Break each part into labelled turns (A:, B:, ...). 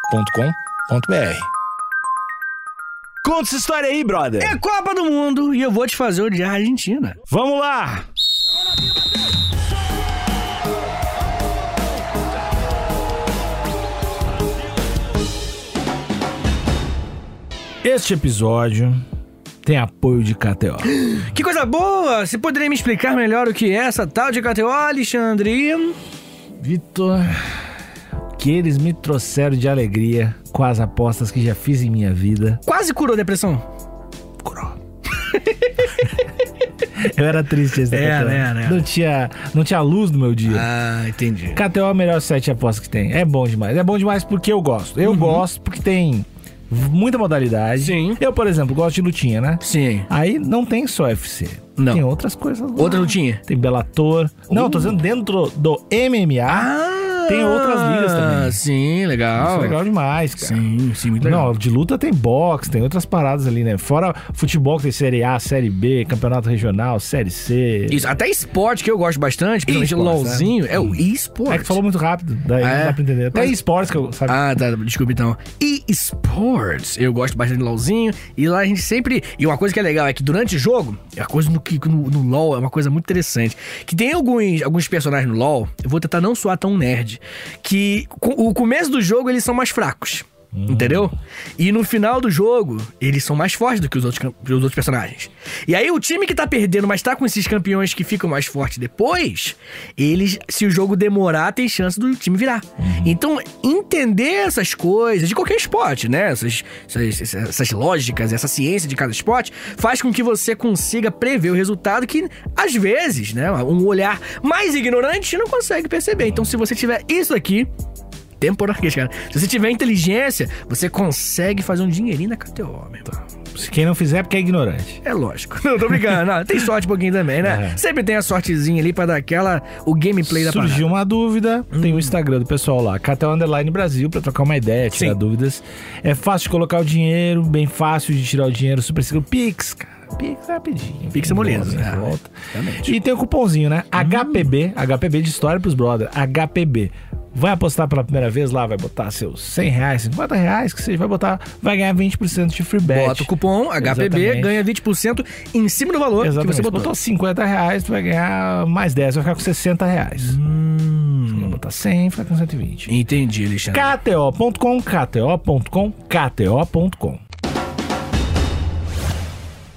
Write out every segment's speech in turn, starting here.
A: agenciadepodcast.com.br.
B: Conta essa história aí, brother.
C: É Copa do Mundo e eu vou te fazer odiar a Argentina.
B: Vamos lá. Este episódio tem apoio de KTO.
C: Que coisa boa! Você poderia me explicar melhor o que é essa tal de KTO, Alexandre?
B: Vitor, o que eles me trouxeram de alegria com as apostas que já fiz em minha vida.
C: Quase curou a depressão.
B: Curou. Eu era triste esse
C: É,
B: KTO.
C: né, né.
B: Não tinha, não tinha luz no meu dia.
C: Ah, entendi.
B: KTO é o melhor site de apostas que tem. É bom demais. É bom demais porque eu gosto. Eu gosto porque tem v- muita modalidade.
C: Uhum. Sim.
B: Eu, por exemplo, gosto de lutinha, né?
C: Sim.
B: Aí não tem só UFC.
C: Não.
B: Tem outras coisas lá.
C: Outra lutinha? Uh.
B: Tem Bellator. Não, eu tô dizendo dentro do MMA.
C: Ah!
B: Tem outras ligas também.
C: Sim, legal.
B: Isso é legal demais, cara.
C: Ah, Sim, sim, muito legal.
B: Não, de luta tem boxe, tem outras paradas ali, né? Fora futebol, que tem Série A, Série B, Campeonato Regional, Série C.
C: Isso, até esporte que eu gosto bastante, principalmente
B: Esporte,
C: LOLzinho, é o esporte.
B: É que falou muito rápido, daí
C: É.
B: não dá pra entender. Até
C: Mas-
B: esportes que eu, sabe?
C: Ah, tá, desculpa então. E esportes, eu gosto bastante de LOLzinho, e lá a gente sempre. E uma coisa que é legal é que durante o jogo, é a coisa no, que- no, no LOL é uma coisa muito interessante. Que tem alguns, alguns personagens no LOL, eu vou tentar não soar tão nerd, que co- o começo do jogo eles são mais fracos. Entendeu? E no final do jogo, eles são mais fortes do que os outros, cam- os outros personagens. E aí, o time que tá perdendo, mas tá com esses campeões que ficam mais fortes depois, eles, se o jogo demorar, tem chance do time virar. Então, entender essas coisas de qualquer esporte, né? Essas, essas, essas lógicas, essa ciência de cada esporte, faz com que você consiga prever o resultado que, às vezes, né? Um olhar mais ignorante não consegue perceber. Então, se você tiver isso aqui, temporárias, cara. Se você tiver inteligência, você consegue fazer um dinheirinho na KTO, meu irmão.
B: Se Quem não fizer é porque é ignorante.
C: É lógico. Não, tô brincando. Não, tem sorte um pouquinho também, né?
B: É.
C: Sempre tem a sortezinha ali pra dar aquela... O gameplay da Hum. parada.
B: Surgiu uma dúvida, tem o Instagram do pessoal lá, Catel Underline Brasil, pra trocar uma ideia, tirar
C: Sim.
B: dúvidas. É fácil de colocar o dinheiro, bem fácil de tirar o dinheiro, super seguro. Pix, cara. Pix é rapidinho.
C: Pix é moleza,
B: Volta,
C: né? Hum.
B: volta.
C: Exatamente.
B: E tem o cupomzinho, né? HPB, HPB de história pros brother, HPB. Vai apostar pela primeira vez lá, vai botar seus 100 reais, 50 reais, que seja, vai botar, vai ganhar 20% de free bet.
C: Bota o cupom HPB,
B: Exatamente.
C: ganha 20% em cima do valor
B: Exatamente.
C: que você
B: você
C: botou.
B: botou 50 reais, tu vai ganhar mais 10, vai ficar com 60 reais.
C: Hum,
B: Vai botar 100, fica com 120.
C: entendi, Alexandre.
B: KTO.com, KTO.com, KTO.com.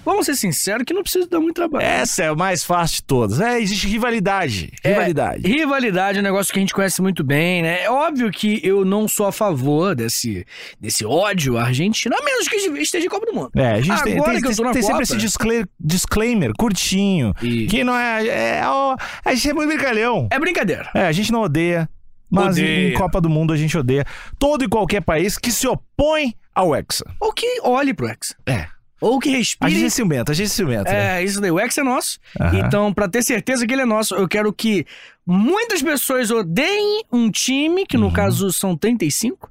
C: Vamos ser sinceros que não precisa dar muito trabalho.
D: Essa é a mais fácil de todas. É, existe rivalidade. Rivalidade.
C: É, rivalidade é um negócio que a gente conhece muito bem, né? É óbvio que eu não sou a favor desse, desse ódio à Argentina, a menos que esteja em Copa do Mundo.
D: É, a gente tem,
C: Agora
D: tem-
C: que eu tô na
D: tem
C: Copa.
D: sempre esse disclaimer, disclaimer curtinho.
C: E-
D: Que não é. é ó, a gente é muito brincalhão.
C: É brincadeira.
D: É, a gente não odeia. Mas em-
C: Odeia.
D: em Copa do Mundo a gente odeia todo e qualquer país que se opõe ao Hexa.
C: Ou que olhe pro Hexa.
D: É.
C: Ou que
D: A gente
C: respire.
D: é ciumenta, a gente é ciumenta. né?
C: É, isso daí. O Hexa é nosso.
D: Aham.
C: Então, pra ter certeza que ele é nosso, eu quero que muitas pessoas odeiem um time, que no
D: Uhum.
C: caso são 35.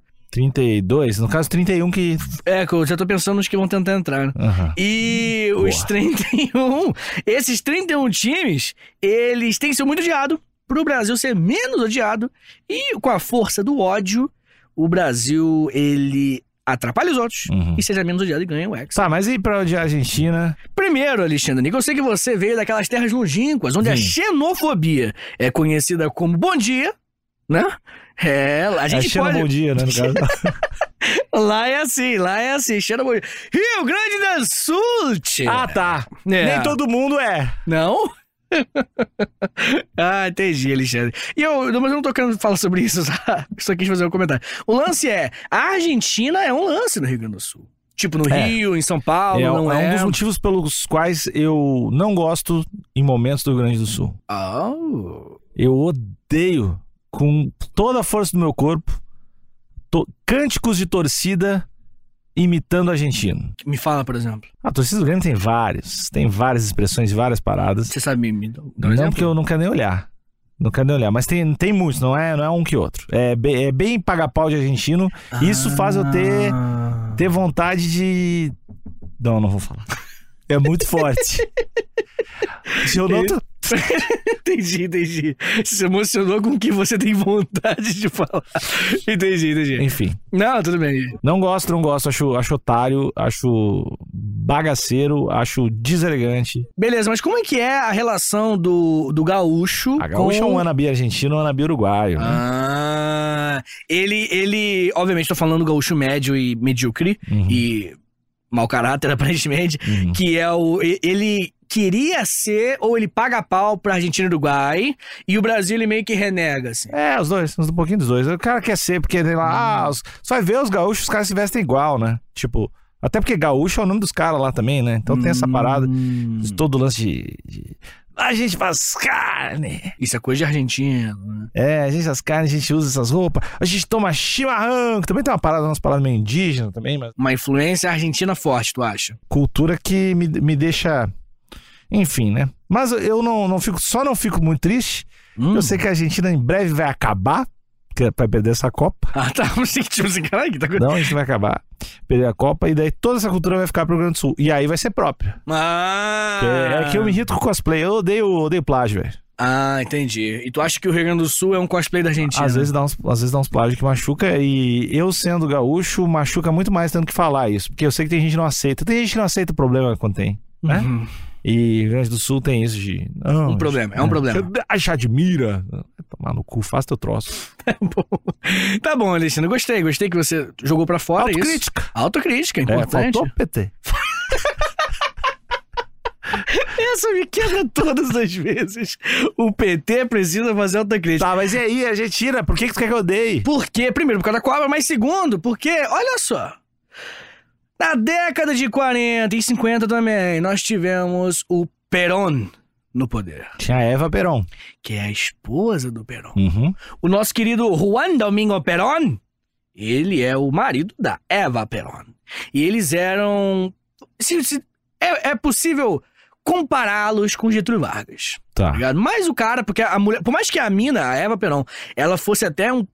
D: 32, no caso 31 que.
C: É, que eu já tô pensando nos que vão tentar entrar, né?
D: Aham.
C: E os 31, esses 31 times, eles têm que ser muito odiados pro Brasil ser menos odiado e com a força do ódio, o Brasil ele atrapalha os outros
D: Uhum.
C: e seja menos odiado e ganha o Hexa.
D: Tá, mas e pra odiar a Argentina?
C: Primeiro, Alexandre Nico, eu sei que você veio daquelas terras longínquas, onde a
D: Vim.
C: xenofobia é conhecida como bom dia, né? É, lá a gente
D: Achando
C: pode...
D: bom dia, né? No caso.
C: Lá é assim, lá é assim, cheira bom dia. Rio Grande do Sul, tchê.
D: ah, tá.
C: É.
D: Nem todo mundo é.
C: Não? ah, entendi, Alexandre. E eu, mas eu não tô querendo falar sobre isso, sabe? Só quis fazer um comentário. O lance é, a Argentina é um lance no Rio Grande do Sul. Tipo, no
D: É.
C: Rio, em São Paulo,
D: é, um-
C: não
D: é
C: é.
D: um dos motivos pelos quais eu não gosto em momentos do Rio Grande do Sul.
C: Oh.
D: Eu odeio com toda a força do meu corpo to- cânticos de torcida imitando argentino.
C: Me fala, por exemplo.
D: A torcida do Grêmio tem vários, tem várias expressões, várias paradas.
C: Você sabe me dar um
D: não
C: exemplo?
D: porque eu não quero nem olhar. Não quero nem olhar, mas tem, tem muitos, não é, não é um que outro. É, be- é bem paga-pau de argentino. Isso faz eu ter-
C: Ah.
D: ter vontade de. Não, não vou falar. É muito forte. Se eu não,
C: Entendi, entendi. Você se emocionou com o que você tem vontade de falar. Entendi, entendi.
D: Enfim.
C: Não, tudo bem.
D: Não gosto, não gosto. Acho, acho otário, acho bagaceiro, acho deselegante.
C: Beleza, mas como é que é a relação do, do gaúcho
D: A gaúcha é
C: com...
D: um anabi argentino, um anabi uruguaio. né?
C: Ah, ele, ele... Obviamente, tô falando gaúcho médio e medíocre.
D: Uhum.
C: E mau caráter, aparentemente.
D: Uhum.
C: que é o. e- Ele queria ser, ou ele paga pau pra Argentina e Uruguai, e o Brasil ele meio que renega, assim.
D: É, os dois, uns- um pouquinho dos dois. O cara quer ser, porque tem lá, ah, os- só vai ver os gaúchos, os caras se vestem igual, né? Tipo, até porque gaúcho é o nome dos caras lá também, né? Então tem essa parada,
C: Hum,
D: todo o lance de. de... A gente faz carne.
C: Isso é coisa de argentino.
D: É, a gente faz carne, a gente usa essas roupas. A gente toma chimarrão, que também tem uma parada, umas palavras meio indígena também, mas.
C: Uma influência argentina forte, tu acha?
D: cultura que me, me deixa. Enfim, né? Mas eu não, não fico, só não fico muito triste.
C: Hum.
D: Eu sei que a Argentina em breve vai acabar, porque vai perder essa Copa.
C: Ah, tá. Não sei que tipo assim, caralho, que tá acontecendo?
D: Não, a gente vai acabar, perder a Copa, e daí toda essa cultura vai ficar pro Rio Grande do Sul. E aí vai ser próprio.
C: Ah,
D: Que É, é que eu me irrito com cosplay. Eu odeio, odeio plágio, velho.
C: ah, entendi. E tu acha que o Rio Grande do Sul é um cosplay da Argentina?
D: Às vezes, dá uns, às vezes dá uns plágio que machuca, e eu sendo gaúcho, machuca muito mais tendo que falar isso. Porque eu sei que tem gente que não aceita. Tem gente que não aceita o problema quando tem. né?
C: Uhum.
D: E Rio Grande do Sul tem isso de. Não,
C: Um problema, é um problema.
D: Achar de mira. é Tomar no cu, faz teu troço.
C: Tá bom, Alexandre. Gostei, gostei que você jogou pra fora isso.
D: Autocrítica.
C: Autocrítica, é
D: É,
C: importante.
D: faltou PT.
C: Essa me quebra todas as vezes. O PT precisa fazer autocrítica.
D: Tá, mas e aí, a gente tira? Por que, que tu quer que eu odeie?
C: Por quê? Primeiro, por causa da cobra, mas segundo, porque, olha só. Na década de 40 e 50 também, nós tivemos o Perón no poder,
D: Tinha a Eva Peron.
C: que é a esposa do Perón.
D: Uhum.
C: O nosso querido Juan Domingo Perón, ele é o marido da Eva Perón. E eles eram. se- se- é, é possível compará-los com Getúlio Vargas.
D: Tá.
C: Tá ligado? Mas o cara, porque a mulher, por mais que a mina, a Eva Peron, ela fosse até um.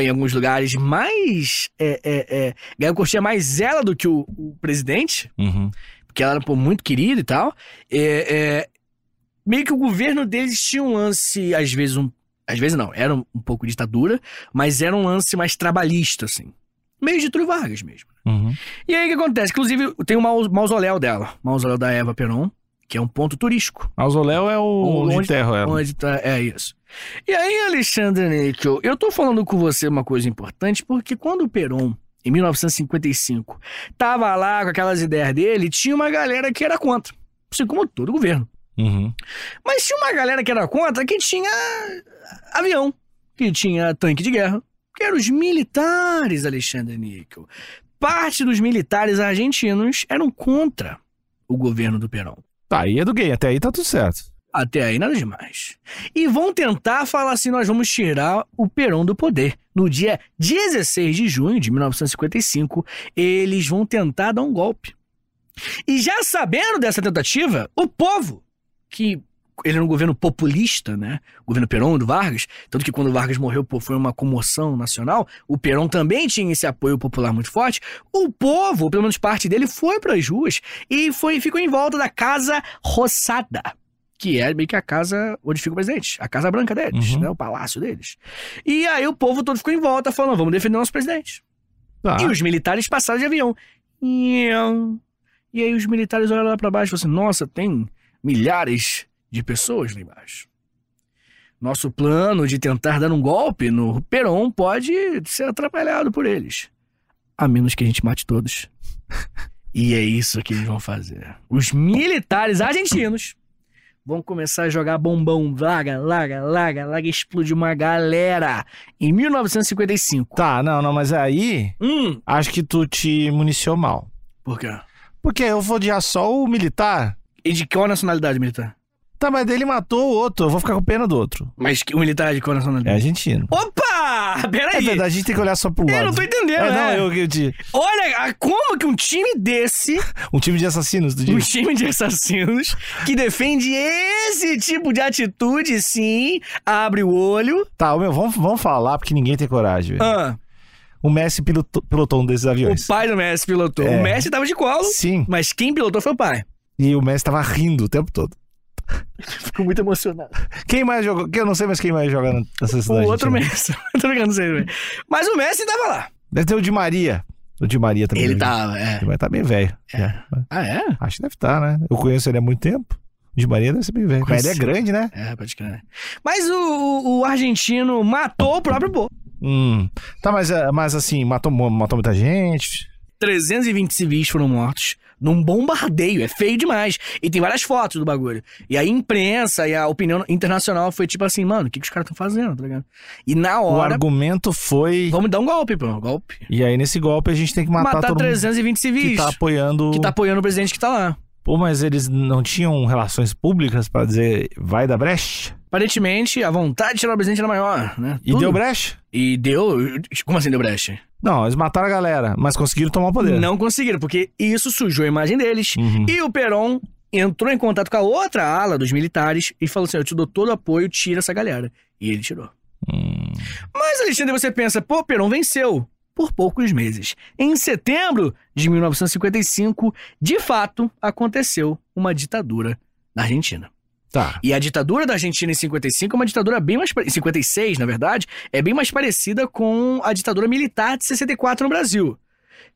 C: Em alguns lugares mais. É, é, é, Gael Cortia mais ela do que o, o presidente,
D: Uhum.
C: porque ela era pô, muito querida e tal. é, é, meio que o governo deles tinha um lance, às vezes, um. Às vezes não, era um, um pouco ditadura, mas era um lance mais trabalhista, assim. Meio Getúlio Vargas mesmo.
D: Uhum.
C: E aí o que acontece? Inclusive, tem o maus- mausoléu dela, mausoléu da Eva Peron, que é um ponto turístico.
D: Mausoléu é o
C: Onde-
D: onde enterro ela.
C: Onde tá? É isso. E aí, Alexandre Nickel, eu tô falando com você uma coisa importante, porque quando o Peron, em 1955, tava lá com aquelas ideias dele, tinha uma galera que era contra. Assim como todo governo.
D: Uhum.
C: Mas tinha uma galera que era contra que tinha avião, que tinha tanque de guerra, que eram os militares, Alexandre Nickel. Parte dos militares argentinos eram contra o governo do Peron.
D: Tá, aí é do gay. Até aí tá tudo certo.
C: Até aí nada demais. E vão tentar falar assim: nós vamos tirar o Perón do poder. No dia 16 de junho de 1955, eles vão tentar dar um golpe. E já sabendo dessa tentativa, o povo, que ele era um governo populista, né? O governo Perón do Vargas, tanto que quando o Vargas morreu pô, foi uma comoção nacional, o Perón também tinha esse apoio popular muito forte. O povo, pelo menos parte dele, foi para as ruas e foi, ficou em volta da Casa Roçada que é meio que a casa onde fica o presidente, a casa branca deles,
D: Uhum.
C: né, o palácio deles. E aí o povo todo ficou em volta falando, vamos defender nosso presidente.
D: Tá.
C: E os militares passaram de avião. Nham. E aí os militares olharam lá pra baixo e falaram assim, nossa, tem milhares de pessoas lá embaixo. Nosso plano de tentar dar um golpe no Peron pode ser atrapalhado por eles. A menos que a gente mate todos. E é isso que eles vão fazer. Os militares argentinos vão começar a jogar bombão, laga, laga, laga, laga, explode uma galera. Em 1955.
D: Tá, não, não, mas aí
C: Hum,
D: acho que tu te municiou mal.
C: por quê?
D: Porque eu vou odiar só o militar.
C: E de qual nacionalidade militar?
D: Tá, mas dele matou o outro. Eu vou ficar com pena do outro.
C: Mas que- o militar é de qual
D: É
C: nacionalidade?
D: argentino.
C: Opa! Peraí!
D: É verdade, a gente tem que olhar só pro lado.
C: Eu não tô entendendo,
D: É, não,
C: né?
D: eu, eu te-
C: Olha, a- como que um time desse,
D: Um time de assassinos, do
C: um
D: dia.
C: time de assassinos, que defende esse tipo de atitude, sim, abre o olho.
D: Tá, meu, vamos, vamos falar, porque ninguém tem coragem. velho.
C: Ah,
D: O Messi pilotou, pilotou um desses
C: o
D: aviões.
C: pai do Messi pilotou.
D: É.
C: O Messi tava de colo,
D: Sim,
C: mas quem pilotou foi o pai.
D: e o Messi tava rindo o tempo todo.
C: Fico muito emocionado.
D: Quem mais jogou? Que eu não sei mais quem mais joga nessa
C: O
D: cidade.
C: outro
D: argentina.
C: Messi. Tô brincando, não sei. velho. Mas o Messi tava lá.
D: Deve ter o Di Maria. O Di Maria também. né?
C: Ele
D: deve-
C: tava, é.
D: Ele vai estar tá bem velho. né? já.
C: Ah, é?
D: Acho que deve estar, né? Eu conheço ele há muito tempo. O Di Maria deve ser bem velho. Mas ele é
C: Conheci.
D: grande, né?
C: É, pode crer. Mas o, o- o argentino matou o próprio Bo.
D: Hum. Tá, mas, ah, mas assim, matou, matou muita gente.
C: 320 civis foram mortos num bombardeio. É feio demais. E tem várias fotos do bagulho. E a imprensa e a opinião internacional foi tipo assim, mano, o que, que os caras estão fazendo, tá ligado? E na
D: O
C: hora,
D: argumento foi.
C: vamos dar um golpe, pô. um Golpe.
D: E aí, nesse golpe, a gente tem que matar,
C: Matar,
D: todo
C: 320
D: mundo que
C: civis.
D: tá apoiando.
C: que tá apoiando o presidente que tá lá.
D: Pô, mas eles não tinham relações públicas pra dizer vai dar brecha?
C: Aparentemente, a vontade de tirar o presidente era maior, né?
D: E
C: Tudo.
D: deu brecha?
C: E deu. Como assim deu brecha?
D: Não, eles mataram a galera, mas conseguiram tomar o poder.
C: Não conseguiram, porque isso sujou a imagem deles.
D: Uhum.
C: E o Peron entrou em contato com a outra ala dos militares e falou assim: Eu te dou todo o apoio, tira essa galera. E ele tirou.
D: Hum.
C: Mas, Alexandre, você pensa, pô, Peron venceu. Por poucos meses. Em setembro de 1955, de fato, aconteceu uma ditadura na Argentina.
D: Tá.
C: E a ditadura da Argentina em 55 é uma ditadura bem mais. pare- Em 56, na verdade, é bem mais parecida com a ditadura militar de 64 no Brasil.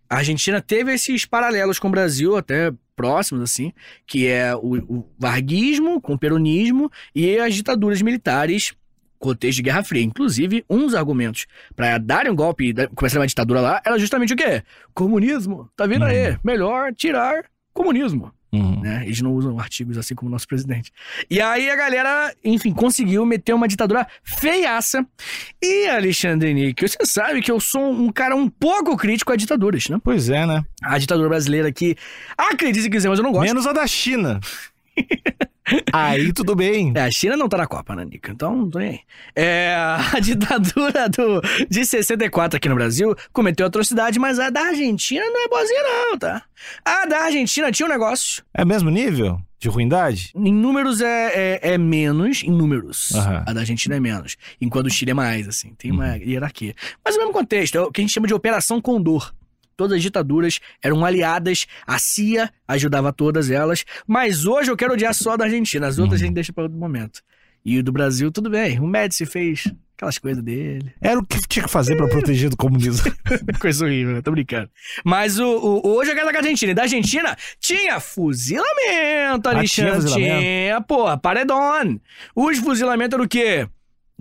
C: A Argentina teve esses paralelos com o Brasil, até próximos, assim, que é o, o varguismo com o peronismo e as ditaduras militares, contexto de Guerra Fria. Inclusive, um dos argumentos para darem um golpe e da- começar uma ditadura lá era justamente o quê? Comunismo. Tá vindo aí. Melhor tirar comunismo
D: Hum.
C: né? Eles não usam artigos assim como o nosso presidente. E aí a galera, enfim, conseguiu meter uma ditadura feiaça. E, Alexandre Nick, você sabe que eu sou um cara um pouco crítico a ditaduras, né?
D: Pois é, né?
C: A ditadura brasileira que, acredite se quiser, mas eu não gosto.
D: Menos a da China. aí tudo bem.
C: É, a China não tá na Copa, né, Nico? Então, não tô nem aí. É, a ditadura do, de 64 aqui no Brasil cometeu atrocidade, mas a da Argentina não é boazinha não, tá? A da Argentina tinha um negócio.
D: É mesmo nível de ruindade?
C: Em números é, é, é menos, em números.
D: Aham.
C: A da Argentina é menos. Enquanto o Chile é mais, assim. Tem uma hierarquia. Mas o mesmo contexto, é o que a gente chama de Operação Condor. Todas as ditaduras eram aliadas, a CIA ajudava todas elas. Mas hoje eu quero odiar só a da Argentina, as outras a gente deixa para outro momento. E o do Brasil, tudo bem. O Médici fez aquelas coisas dele.
D: Era o que tinha que fazer pra proteger do comunismo.
C: Coisa horrível, tô brincando. Mas o, o- hoje eu quero da Argentina. E da Argentina tinha fuzilamento,
D: Ah, tinha
C: Alexandre.
D: fuzilamento?
C: tinha, porra, paredão. Os fuzilamentos eram o quê?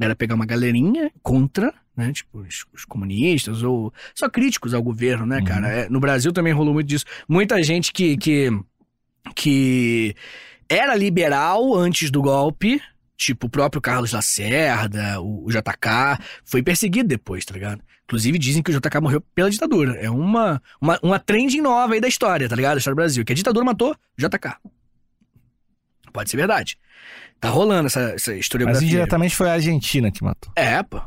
C: Era pegar uma galerinha contra, né? Tipo, os, os comunistas ou só críticos ao governo, né, cara?
D: Uhum.
C: É, no Brasil também rolou muito disso. Muita gente que. que, que era liberal antes do golpe. Tipo, o próprio Carlos Lacerda, o o JK, foi perseguido depois, tá ligado? Inclusive dizem que o JK morreu pela ditadura. É uma, uma, uma trending nova aí da história, tá ligado? Da história do Brasil. Que a ditadura matou o JK. Pode ser verdade. Tá rolando essa, essa
D: Mas
C: historiografia.
D: indiretamente foi a Argentina que matou.
C: É, pô.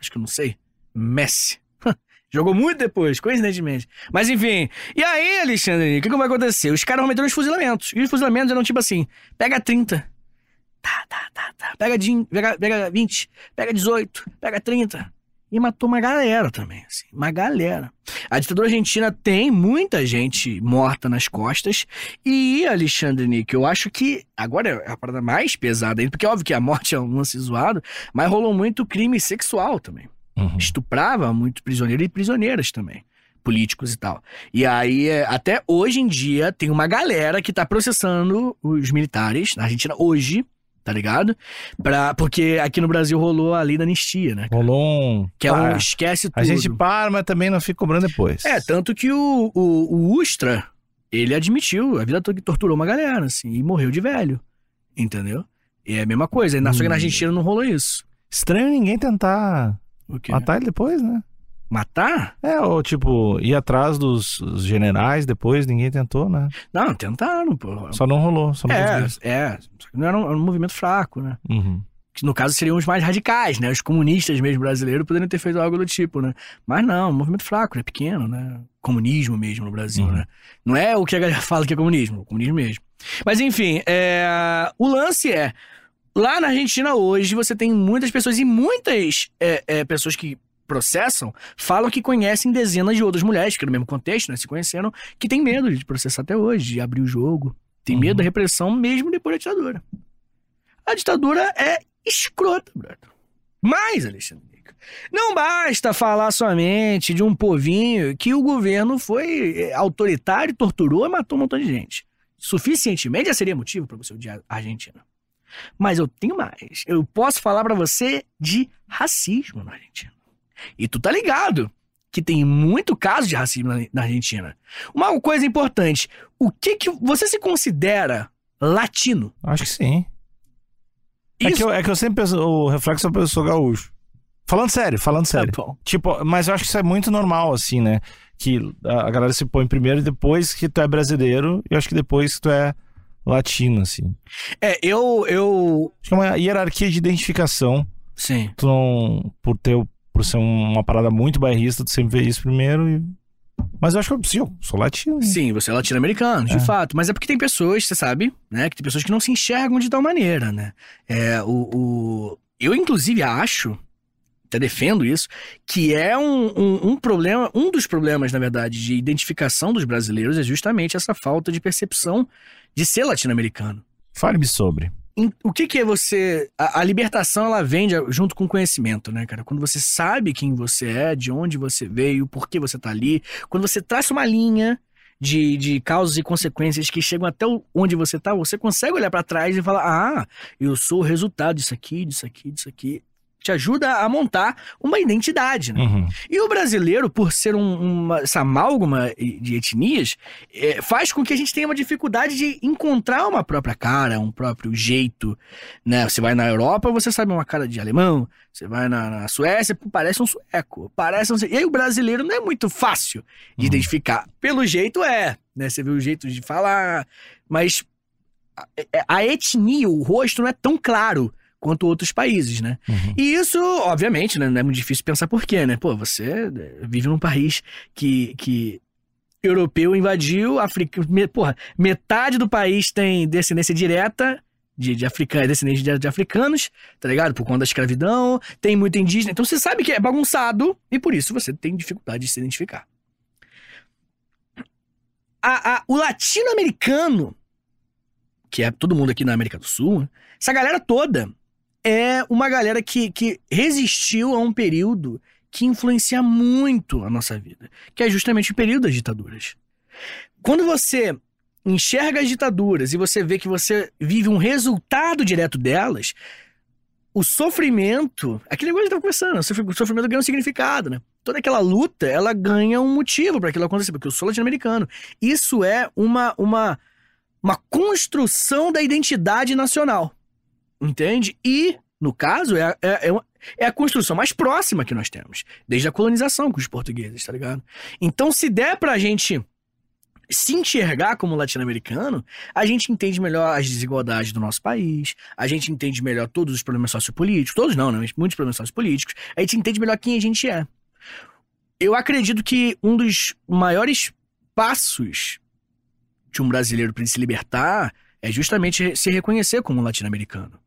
C: Acho que eu não sei. Messi. Jogou muito depois, coincidentemente. Mas enfim. E aí, Alexandre, o que, que vai acontecer? Os caras vão meter uns fuzilamentos. E os fuzilamentos eram tipo assim: pega 30. Tá, tá, tá, tá. Pega, din- pega, pega 20, pega 18, pega 30. E matou uma galera também, assim. Uma galera. A ditadura argentina tem muita gente morta nas costas. E, Alexandre Nick, eu acho que agora é a parada mais pesada ainda, porque é óbvio que a morte é um lance zoado, mas rolou muito crime sexual também.
D: Uhum.
C: Estuprava muito prisioneiro e prisioneiras também. Políticos e tal. E aí, é, até hoje em dia, tem uma galera que tá processando os militares na Argentina hoje, tá ligado? Pra, porque aqui no Brasil rolou a lei da anistia, né?
D: Rolou um.
C: Que é
D: Ah,
C: um esquece tudo.
D: A gente para, mas também não fica cobrando depois.
C: É, tanto que o, o, o Ustra, ele admitiu a vida toda que torturou uma galera, assim, e morreu de velho. Entendeu? E é a mesma coisa. E na, só que na
D: Hum.
C: Argentina não rolou isso.
D: Estranho ninguém tentar
C: O quê?
D: matar ele depois, né?
C: Matar?
D: É, ou tipo, ir atrás dos dos generais depois, ninguém tentou, né?
C: Não, tentaram, pô.
D: Só não rolou, só não
C: É,
D: conseguiu.
C: é. Só que Não era um, era um movimento fraco, né?
D: Uhum.
C: Que no caso seriam os mais radicais, né? Os comunistas mesmo brasileiros poderiam ter feito algo do tipo, né? Mas não, um movimento fraco, né? Pequeno, né? Comunismo mesmo no Brasil,
D: Uhum.
C: né? Não é o que a galera fala que é comunismo, comunismo mesmo. Mas enfim, é, o lance é. Lá na Argentina hoje você tem muitas pessoas e muitas é, é, pessoas que processam falam que conhecem é dezenas de outras mulheres, que no mesmo contexto, né? Se conheceram, que têm medo de processar até hoje, de abrir o jogo Tem medo da repressão mesmo depois da ditadura. A ditadura é escrota, brother. Mas, Alexandre, Neca, não basta falar somente de um povinho que o governo foi eh, autoritário, torturou e matou um montão de gente. Suficientemente já seria motivo para você odiar a Argentina. Mas eu tenho mais. Eu posso falar para você de racismo na Argentina. E tu tá ligado que tem muito caso de racismo na- na Argentina. Uma coisa importante, o que que você se considera latino?
D: Acho que sim. É
C: Isso-
D: que, eu, é que eu sempre penso, o reflexo é eu sou gaúcho. Falando sério, falando
C: Tá
D: sério.
C: bom.
D: Tipo, mas eu acho que isso é muito normal, assim, né? Que a a galera se põe primeiro e depois que tu é brasileiro, e eu acho que depois que tu é latino, assim.
C: É, eu eu
D: Acho que é uma hierarquia de identificação.
C: sim.
D: Tu não. Por, ter, o- por ser um, uma parada muito bairrista, tu sempre vê isso primeiro. E... Mas eu acho que eu, sim, eu sou latino. né?
C: Sim, você é latino-americano, de fato. Mas é porque tem pessoas, você sabe, né? Que tem pessoas que não se enxergam de tal maneira, né? É, o, o- Eu, inclusive, acho, até defendo isso, que é um, um, um problema, um dos problemas, na verdade, de identificação dos brasileiros é justamente essa falta de percepção de ser latino-americano.
D: Fale-me sobre.
C: em- o que que é você... A, a libertação, ela vem de- junto com o conhecimento, né, cara? Quando você sabe quem você é, de onde você veio, por que você tá ali. Quando você traça uma linha de, de causas e consequências que chegam até o- onde você tá, você consegue olhar pra trás e falar, ah, eu sou o resultado disso aqui, disso aqui, disso aqui. Te ajuda a montar uma identidade, né?
D: Uhum.
C: E o brasileiro, por ser um- uma, essa amálgama de etnias, é, faz com que a gente tenha uma dificuldade de encontrar uma própria cara, um próprio jeito. Né? Você vai na Europa, você sabe uma cara de alemão. Você vai na, na Suécia, pô, parece um sueco. Parece um... E aí o brasileiro não é muito fácil de
D: Uhum.
C: identificar. Pelo jeito é, né? Você vê o jeito de falar, mas a- é, a etnia, o rosto não é tão claro quanto outros países, né?
D: Uhum.
C: E isso, obviamente, né, não é muito difícil pensar por quê, né? Pô, você né, vive num país que, que europeu invadiu, África, me- porra, metade do país tem descendência direta de, de africanos, descendência direta de africanos, tá ligado? Por conta da escravidão, tem muito indígena. Então você sabe que é bagunçado e por isso você tem dificuldade de se identificar. A- a- o latino-americano, que é todo mundo aqui na América do Sul, né? essa galera toda é uma galera que, que resistiu a um período que influencia muito a nossa vida, que é justamente o período das ditaduras. Quando você enxerga as ditaduras e você vê que você vive um resultado direto delas, o sofrimento, aquele negócio que eu estava conversando, o sofri- o sofrimento ganha um significado, né? Toda aquela luta, ela ganha um motivo para aquilo acontecer, porque eu sou latino-americano. Isso é uma, uma, uma construção da identidade nacional. Entende? E, no caso, é, a- é, é uma- é a construção mais próxima que nós temos, desde a colonização com os portugueses, tá ligado? Então, se der pra gente se enxergar como latino-americano, a gente entende melhor as desigualdades do nosso país, a gente entende melhor todos os problemas sociopolíticos, todos não, né? Mas muitos problemas sociopolíticos, a gente entende melhor quem a gente é. Eu acredito que um dos maiores passos de um brasileiro para se libertar é justamente se reconhecer como um latino-americano.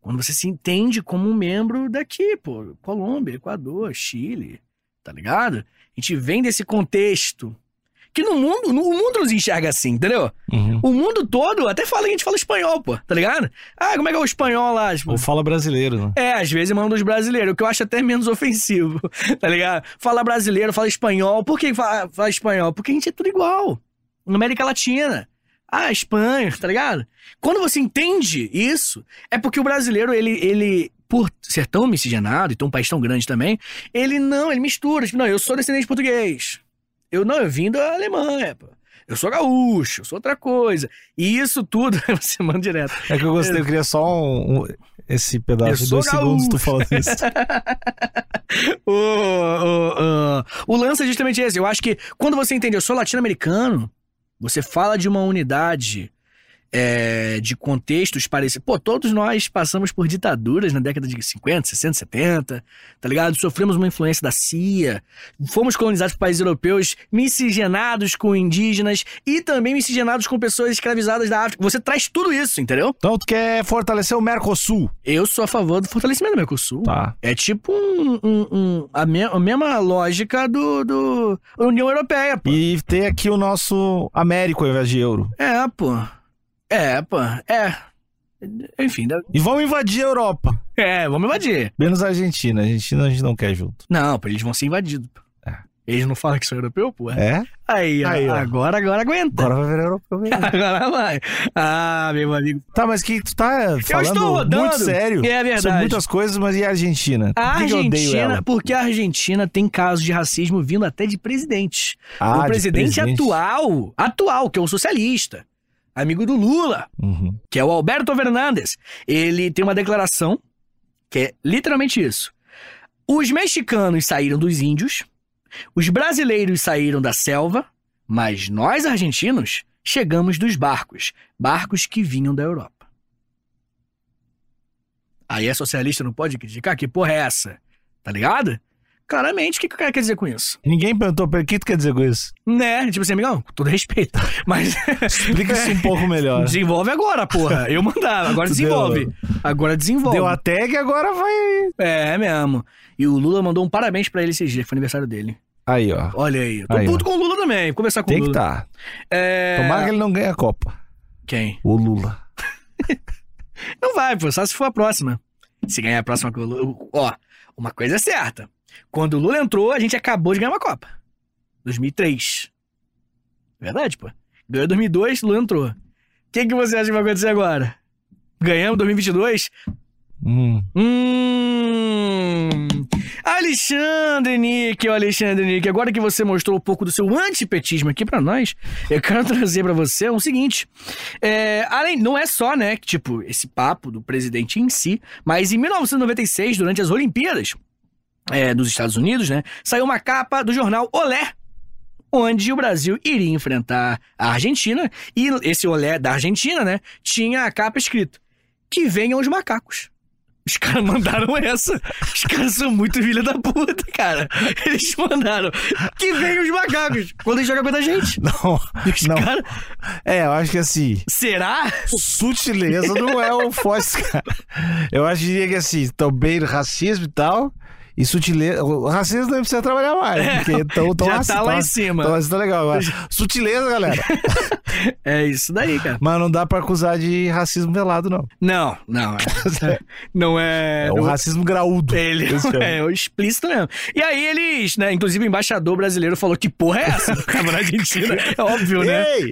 C: Quando você se entende como um membro daqui, pô, Colômbia, Equador, Chile, tá ligado? A gente vem desse contexto que no mundo, no, o mundo nos enxerga assim, entendeu?
D: Uhum.
C: O mundo todo até fala que a gente fala espanhol, pô, tá ligado? Ah, como é que é o espanhol lá? Tipo,
D: Ou fala brasileiro, né?
C: é, às vezes manda os brasileiros, o que eu acho até menos ofensivo, tá ligado? Fala brasileiro, fala espanhol. Por que fala, fala espanhol? Porque a gente é tudo igual. Na América Latina. Ah, Espanha, tá ligado? Quando você entende isso, é porque o brasileiro, ele, ele por ser tão miscigenado e ter um país tão grande também, ele não, ele mistura. Tipo, não, eu sou descendente de português. Eu não, eu vim da Alemanha, pô. Eu sou gaúcho, eu sou outra coisa. E isso tudo, você manda direto.
D: É que eu gostei, eu queria só um, um- esse pedaço
C: Eu
D: de
C: sou
D: dois segundos tu
C: gaúcho.
D: falando isso.
C: o, o, o- o lance é justamente esse. Eu acho que quando você entende, eu sou latino-americano, você fala de uma unidade é, de contextos parecidos. Pô, todos nós passamos por ditaduras na década de 50, 60, 70, tá ligado? Sofremos uma influência da CIA, fomos colonizados por países europeus, miscigenados com indígenas e também miscigenados com pessoas escravizadas da África. Você traz tudo isso, entendeu?
D: Então tu quer fortalecer o Mercosul.
C: Eu sou a favor do fortalecimento do Mercosul.
D: Tá.
C: É tipo um, um- um- a, me- a mesma lógica do, do União Europeia, pô.
D: E ter aqui o nosso Américo ao invés de euro.
C: É, pô. É, pô, é. Enfim, dá-
D: E vamos invadir a Europa.
C: é, vamos invadir.
D: Menos a Argentina. A Argentina a gente não quer junto.
C: Não, pô, eles vão ser invadidos. pô. Eles não falam que são europeu, pô.
D: É?
C: Aí, ó,
D: Aí, ó.
C: agora, agora aguenta.
D: Agora vai virar europeu mesmo.
C: Agora vai. Ah, meu amigo.
D: Tá, mas que tu tá falando
C: estou rodando.
D: muito sério.
C: É
D: Sobre
C: verdade.
D: muitas coisas, mas e a Argentina?
C: A
D: Por que que eu odeio
C: Argentina,
D: ela?
C: porque a Argentina tem casos de racismo vindo até de presidente.
D: Ah,
C: o
D: de
C: presidente, atual, atual, que é um socialista, amigo do Lula,
D: Uhum.
C: que é o Alberto Fernandes, ele tem uma declaração que é literalmente isso. Os mexicanos saíram dos índios, os brasileiros saíram da selva, mas nós argentinos chegamos dos barcos, barcos que vinham da Europa. Aí é socialista não pode criticar? Que porra é essa? Tá ligado? Claramente, o que, que o cara quer dizer com isso?
D: Ninguém perguntou pra ele o que tu quer dizer com isso.
C: Né? Tipo assim, amigão, com todo respeito. Mas
D: Explica isso um pouco melhor.
C: desenvolve agora, porra. Eu mandava, agora
D: Tu
C: desenvolve. Agora desenvolve.
D: Deu a tag e agora vai.
C: É mesmo. E o Lula mandou um parabéns pra ele esses dias, que foi aniversário dele.
D: Aí, ó.
C: Olha aí. Tô
D: Aí, ó.
C: puto com o Lula também. Vou conversar com
D: Tem
C: o
D: que
C: Lula.
D: tá.
C: É...
D: Tomara que ele não ganhe a Copa.
C: Quem?
D: O Lula.
C: Não vai, pô. Só se for a próxima. Se ganhar a próxima com o Lula. Ó, uma coisa é certa. Quando o Lula entrou, a gente acabou de ganhar uma Copa. 2003. Verdade, pô. Ganhou em 2002, Lula entrou. O que, que você acha que vai acontecer agora? Ganhamos 2022?
D: Hum.
C: Hum. Alexandre Nick, ô Alexandre Nick, agora que você mostrou um pouco do seu antipetismo aqui pra nós, eu quero trazer pra você o seguinte. É, além, não é só, né, que, tipo, esse papo do presidente em si, mas em 1996, durante as Olimpíadas é, dos Estados Unidos, né, saiu uma capa do jornal Olé, onde o Brasil iria enfrentar a Argentina, e esse Olé da Argentina, né, tinha a capa escrito: Que venham os macacos. Os caras mandaram essa. Os caras são muito filha da puta, cara. Eles mandaram. Que venham os macacos. Quando eles jogam contra a gente.
D: Não,
C: Os
D: não.
C: caras.
D: É, eu acho que assim.
C: Será?
D: Sutileza não é o Foz, cara. Eu acho que diria que assim, também racismo e tal. E sutileza. O racismo não precisa trabalhar mais. Porque tão, tão
C: É, Já
D: raci-
C: tá lá
D: tão-
C: em cima.
D: Tão, racista legal agora. Sutileza, galera.
C: É isso daí, cara.
D: Mas não dá pra acusar de racismo velado, não.
C: Não, não. é- Não é.
D: É um
C: não-
D: racismo graúdo.
C: Ele
D: Esse
C: não
D: cara.
C: é, é o explícito mesmo. E aí eles, né? Inclusive o embaixador brasileiro falou: que porra é essa? Tava na Argentina, é óbvio, né?
D: Ei!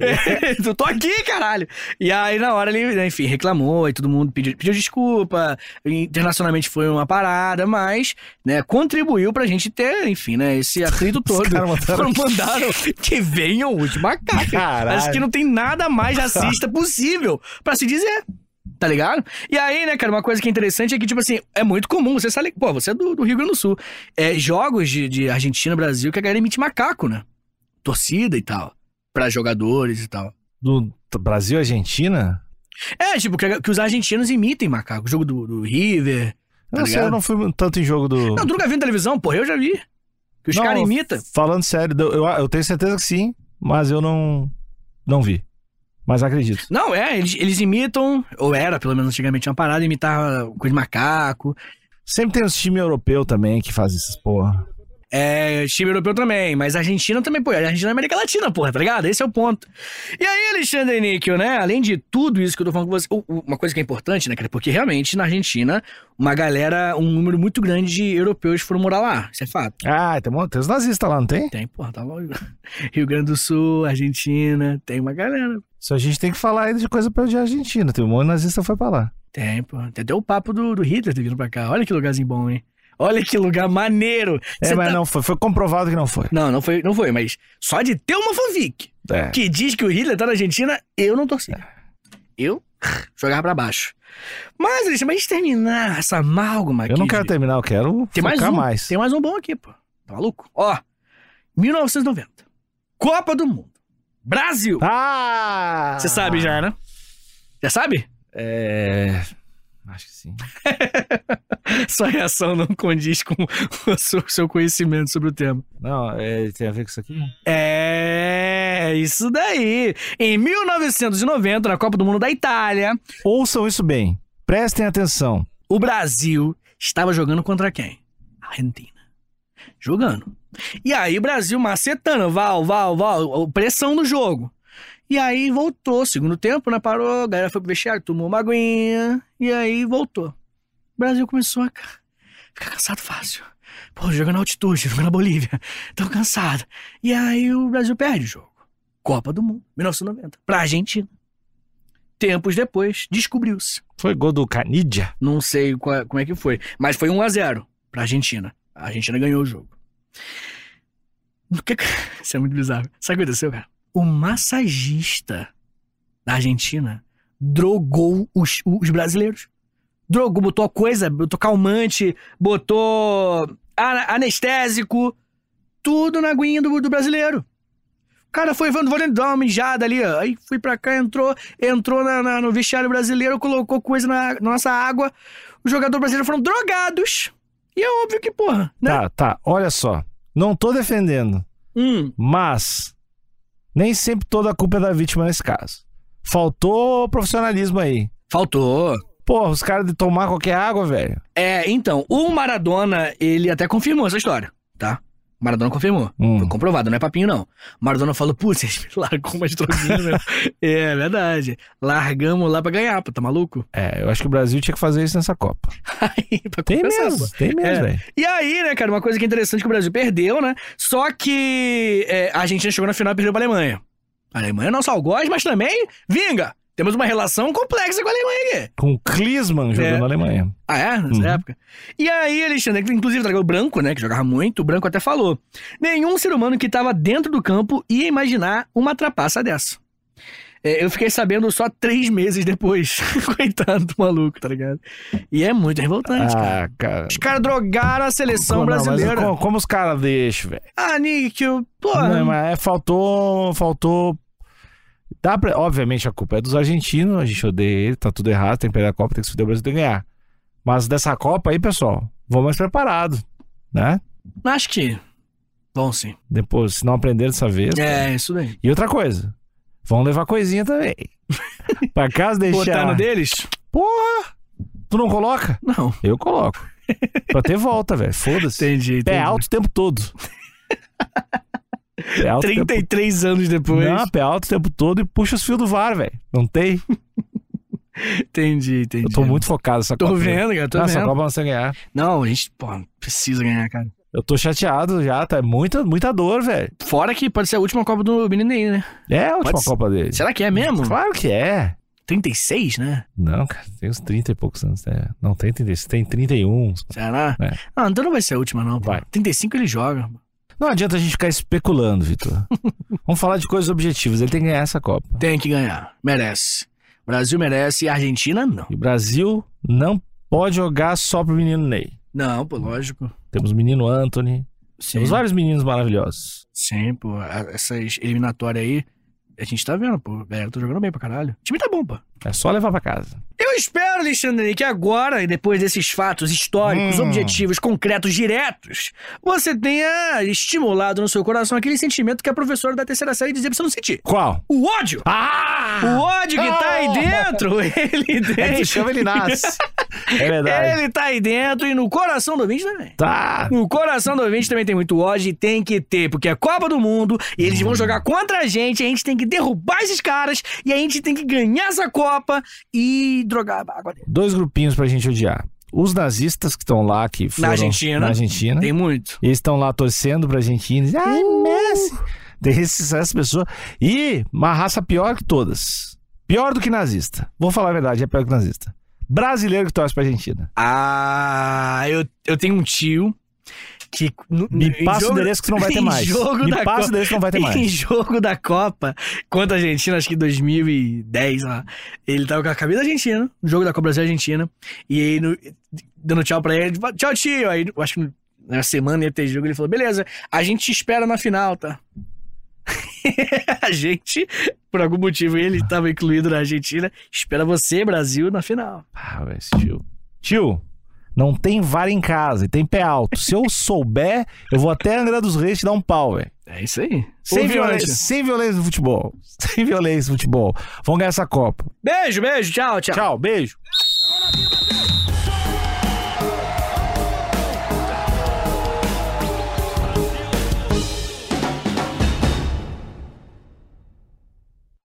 C: Eu tô aqui, caralho. E aí, na hora, ele, né, enfim, reclamou e todo mundo pediu, pediu desculpa. Internacionalmente foi uma parada, mas, né, contribuiu pra gente ter, enfim, né, esse atrito todo.
D: caras mandaram-
C: mandaram que venham os macacos.
D: Caralho.
C: Acho que não tem nada mais racista possível pra se dizer. Tá ligado? E aí, né, cara, uma coisa que é interessante é que, tipo assim, é muito comum, você sabe, pô, você é do, do Rio Grande do Sul. É, jogos de, de Argentina, Brasil, que a galera emite macaco, né? Torcida e tal. Pra jogadores e tal.
D: Do Brasil e Argentina?
C: É, tipo, que, que os argentinos imitem macaco. Jogo do, do River.
D: Eu
C: Tá
D: não sei,
C: ligado?
D: eu não fui tanto em jogo do.
C: Não, tu nunca viu na televisão? Porra, eu já vi. Que os
D: Não,
C: caras imitam.
D: Falando sério, eu, eu- eu tenho certeza que sim, mas eu não. Não vi. Mas acredito.
C: Não, é, eles, eles imitam, ou era, pelo menos antigamente, uma parada, imitar coisa de macaco.
D: Sempre tem uns times europeus também que fazem essas porra.
C: É, time europeu também, mas a Argentina também, pô. A Argentina é América Latina, porra, tá ligado? Esse é o ponto. E aí, Alexandre Níquel, né? Além de tudo isso que eu tô falando com você, o- o- uma coisa que é importante, né, cara? Porque realmente na Argentina, uma galera, um número muito grande de europeus foram morar lá. Isso é fato.
D: Ah, tem, um- tem os nazistas lá, não tem?
C: Tem, porra, tá longe. Rio Grande do Sul, Argentina, tem uma galera.
D: Só a gente tem que falar aí de coisa pra de Argentina. Tem um monte de nazista que foi pra lá.
C: Tem, pô. Tem até o papo do, do Hitler ter vindo pra cá. Olha que lugarzinho bom, hein? Olha que lugar maneiro.
D: É,
C: Cê
D: mas
C: tá-
D: não foi. Foi comprovado que não foi.
C: Não, não foi, não foi, mas só de ter uma fanfic
D: É.
C: que diz que o Hitler tá na Argentina, eu não torci. É. Eu jogava pra baixo. Mas, Alexandre, mas a gente terminar essa amálgama aqui.
D: Eu não quero
C: de-
D: terminar, eu quero
C: Tem mais
D: focar
C: um.
D: mais.
C: Tem mais um bom aqui, pô. Tá maluco? Ó, 1990. Copa do Mundo. Brasil.
D: Ah!
C: Você um? sabe já, né? Já sabe?
D: É. Acho que sim.
C: Sua reação não condiz com o seu- seu conhecimento sobre o tema.
D: Não, é, tem a ver com isso aqui?
C: É, isso daí. Em 1990, na Copa do Mundo da Itália,
D: Ouçam isso bem. Prestem atenção.
C: o Brasil estava jogando contra quem? A Argentina. Jogando. E aí o Brasil macetando, val, val, val, pressão no jogo. E aí voltou, segundo tempo, né? Parou, a galera foi pro vestiário, tomou uma aguinha, e aí voltou. O Brasil começou a ca- ficar cansado fácil. Pô, joga na altitude, joga na Bolívia, tão cansado. E aí o Brasil perde o jogo. Copa do Mundo, 1990, pra Argentina. Tempos depois, descobriu-se.
D: Foi gol do Canidia.
C: Não sei qual- como é que foi. Mas foi 1 a 0 pra Argentina. A Argentina ganhou o jogo. O que que- Isso é muito bizarro. Sabe o que aconteceu, cara? O massagista da Argentina drogou os, os brasileiros. Drogou, botou coisa, botou calmante, botou ana- anestésico, tudo na aguinha do, do brasileiro. O cara foi, vendo, vou dar uma mijada ali, ó. aí fui pra cá, entrou, entrou na- na- no vestiário brasileiro, colocou coisa na, na nossa água. Os jogadores brasileiros foram drogados. E é óbvio que, porra, né?
D: Tá, tá. Olha só. Não tô defendendo,
C: Hum,
D: mas nem sempre toda a culpa é da vítima nesse caso. Faltou profissionalismo aí.
C: faltou.
D: Porra, os caras de tomar qualquer água, velho.
C: É, então, o Maradona, ele até confirmou essa história, tá? O Maradona confirmou.
D: Hum.
C: Foi comprovado, não é papinho, não. O Maradona falou, putz, vocês me largou umas droguinhas, meu. é, verdade. Largamos lá pra ganhar, pô, tá maluco?
D: É, eu acho que o Brasil tinha que fazer isso nessa Copa.
C: Aí, pra
D: Tem
C: compensar,
D: mesmo,
C: pô.
D: tem mesmo,
C: É.
D: velho.
C: E aí, né, cara, uma coisa que é interessante que o Brasil perdeu, né? Só que é, a Argentina chegou na final e perdeu pra Alemanha. A Alemanha é nosso algoz, mas também, vinga! Temos uma relação complexa com a Alemanha aqui.
D: Com o Klinsmann jogando
C: É.
D: na Alemanha.
C: Ah, é? Nessa
D: Uhum.
C: época? E aí, Alexandre, que inclusive tragou o Branco, né? Que jogava muito, o Branco até falou. Nenhum ser humano que estava dentro do campo ia imaginar uma trapaça dessa. É, eu fiquei sabendo só três meses depois. Coitado do maluco, tá ligado? E é muito revoltante, cara.
D: Ah, cara.
C: Os caras drogaram a seleção
D: Não, mas
C: brasileira.
D: como, como os caras deixam, velho?
C: Ah, Níquel, porra.
D: Não, mas é, faltou. Faltou. Dá pra- obviamente a culpa é dos argentinos, a gente odeia ele, tá tudo errado, tem que perder a Copa, tem que se fuder o Brasil, tem que ganhar. Mas dessa Copa aí, pessoal, vão mais preparado, né?
C: Acho que. Bom, sim.
D: Depois, se não aprender dessa vez.
C: É, isso daí.
D: E outra coisa, vão levar coisinha também. pra casa
C: Botar
D: deixar.
C: no deles?
D: Tu não coloca?
C: Não.
D: Eu coloco. pra ter volta, velho. Foda-se.
C: Entendi.
D: Pé
C: entendi.
D: É alto o tempo todo. Pé alto o tempo
C: 33 anos depois.
D: Não, pé alto o tempo todo e puxa os fios do VAR, velho. Não tem?
C: Entendi, entendi.
D: Eu tô muito focado nessa
C: Tô
D: Copa.
C: vendo, cara, tô
D: Nossa,
C: vendo.
D: a Copa não sei ganhar.
C: Não, a gente, pô, precisa ganhar, cara.
D: Eu tô chateado já, tá? É Muita, muita dor, velho.
C: Fora que pode ser a última Copa do menino aí, né?
D: É a última
C: Pode ser.
D: Copa dele.
C: Será que é mesmo?
D: Claro que é.
C: 36, né?
D: Não, cara, tem uns 30 e poucos anos. né? Não tem 36, tem 31.
C: Será?
D: É.
C: Ah, então não vai ser a última, não. pô.
D: Vai.
C: 35 ele joga.
D: Não adianta a gente ficar especulando, Vitor. Vamos falar de coisas objetivas. Ele tem que ganhar essa Copa.
C: Tem que ganhar. Merece. Brasil merece e a Argentina não.
D: E o Brasil não pode jogar só pro menino Ney.
C: Não, pô, lógico.
D: Temos o menino Anthony,
C: Sim,
D: temos vários meninos maravilhosos.
C: Sim pô. A- Essas eliminatórias aí, a gente tá vendo, pô. Galera, tá jogando bem pra caralho. O time tá bom, pô.
D: É só levar pra casa.
C: Eu espero, Alexandre, que agora, e depois desses fatos históricos,
D: Hum.
C: objetivos, concretos, diretos, você tenha estimulado no seu coração aquele sentimento que a professora da terceira série dizia pra você não sentir.
D: Qual?
C: O ódio!
D: Ah!
C: O ódio que tá aí
D: Ah!
C: dentro, ele
D: É que tu
C: deixa.
D: chama, ele nasce. É verdade.
C: Ele tá aí dentro e no coração do ouvinte também.
D: Tá.
C: No coração do ouvinte também tem muito ódio e tem que ter, porque é Copa do Mundo e eles
D: Hum.
C: vão jogar contra a gente, a gente tem que derrubar esses caras e a gente tem que ganhar essa Copa e drogar a água dele.
D: Dois grupinhos pra gente odiar. Os nazistas que estão lá, que foram
C: Argentina.
D: na Argentina,
C: Tem Uh!" muito.
D: eles estão lá torcendo pra Argentina. dizem, Ai, Messi! Tem esses- essas pessoas. E uma raça pior que todas. Pior do que nazista. Vou falar a verdade, é pior que nazista. Brasileiro que torce pra Argentina.
C: Ah, eu, eu tenho um tio que. no- no-
D: Me
C: em
D: passa o
C: jogo-
D: endereço que não vai ter
C: em
D: mais.
C: Jogo
D: Me
C: da
D: passa o
C: Copa,
D: endereço que não vai ter
C: Em
D: mais.
C: jogo da Copa contra a Argentina, acho que 2010, sei lá. Ele tava com a camisa da Argentina, no jogo da Copa Brasil e Argentina. E aí, no- dando tchau pra ele, tipo, tchau, tio. Aí, eu acho que na semana ia ter jogo, ele falou: beleza, a gente te espera na final, tá? a gente, por algum motivo, ele tava incluído na Argentina. Espera você, Brasil, na final.
D: Ah, velho, esse tio. Tio, não tem vara em casa e tem pé alto. Se eu souber, eu vou até Angra dos Reis te dar um pau, velho.
C: É isso aí.
D: Sem violência.
C: violência.
D: Sem violência no futebol. Sem violência no futebol. Vamos ganhar essa Copa.
C: Beijo, beijo. Tchau, tchau.
D: Tchau, beijo.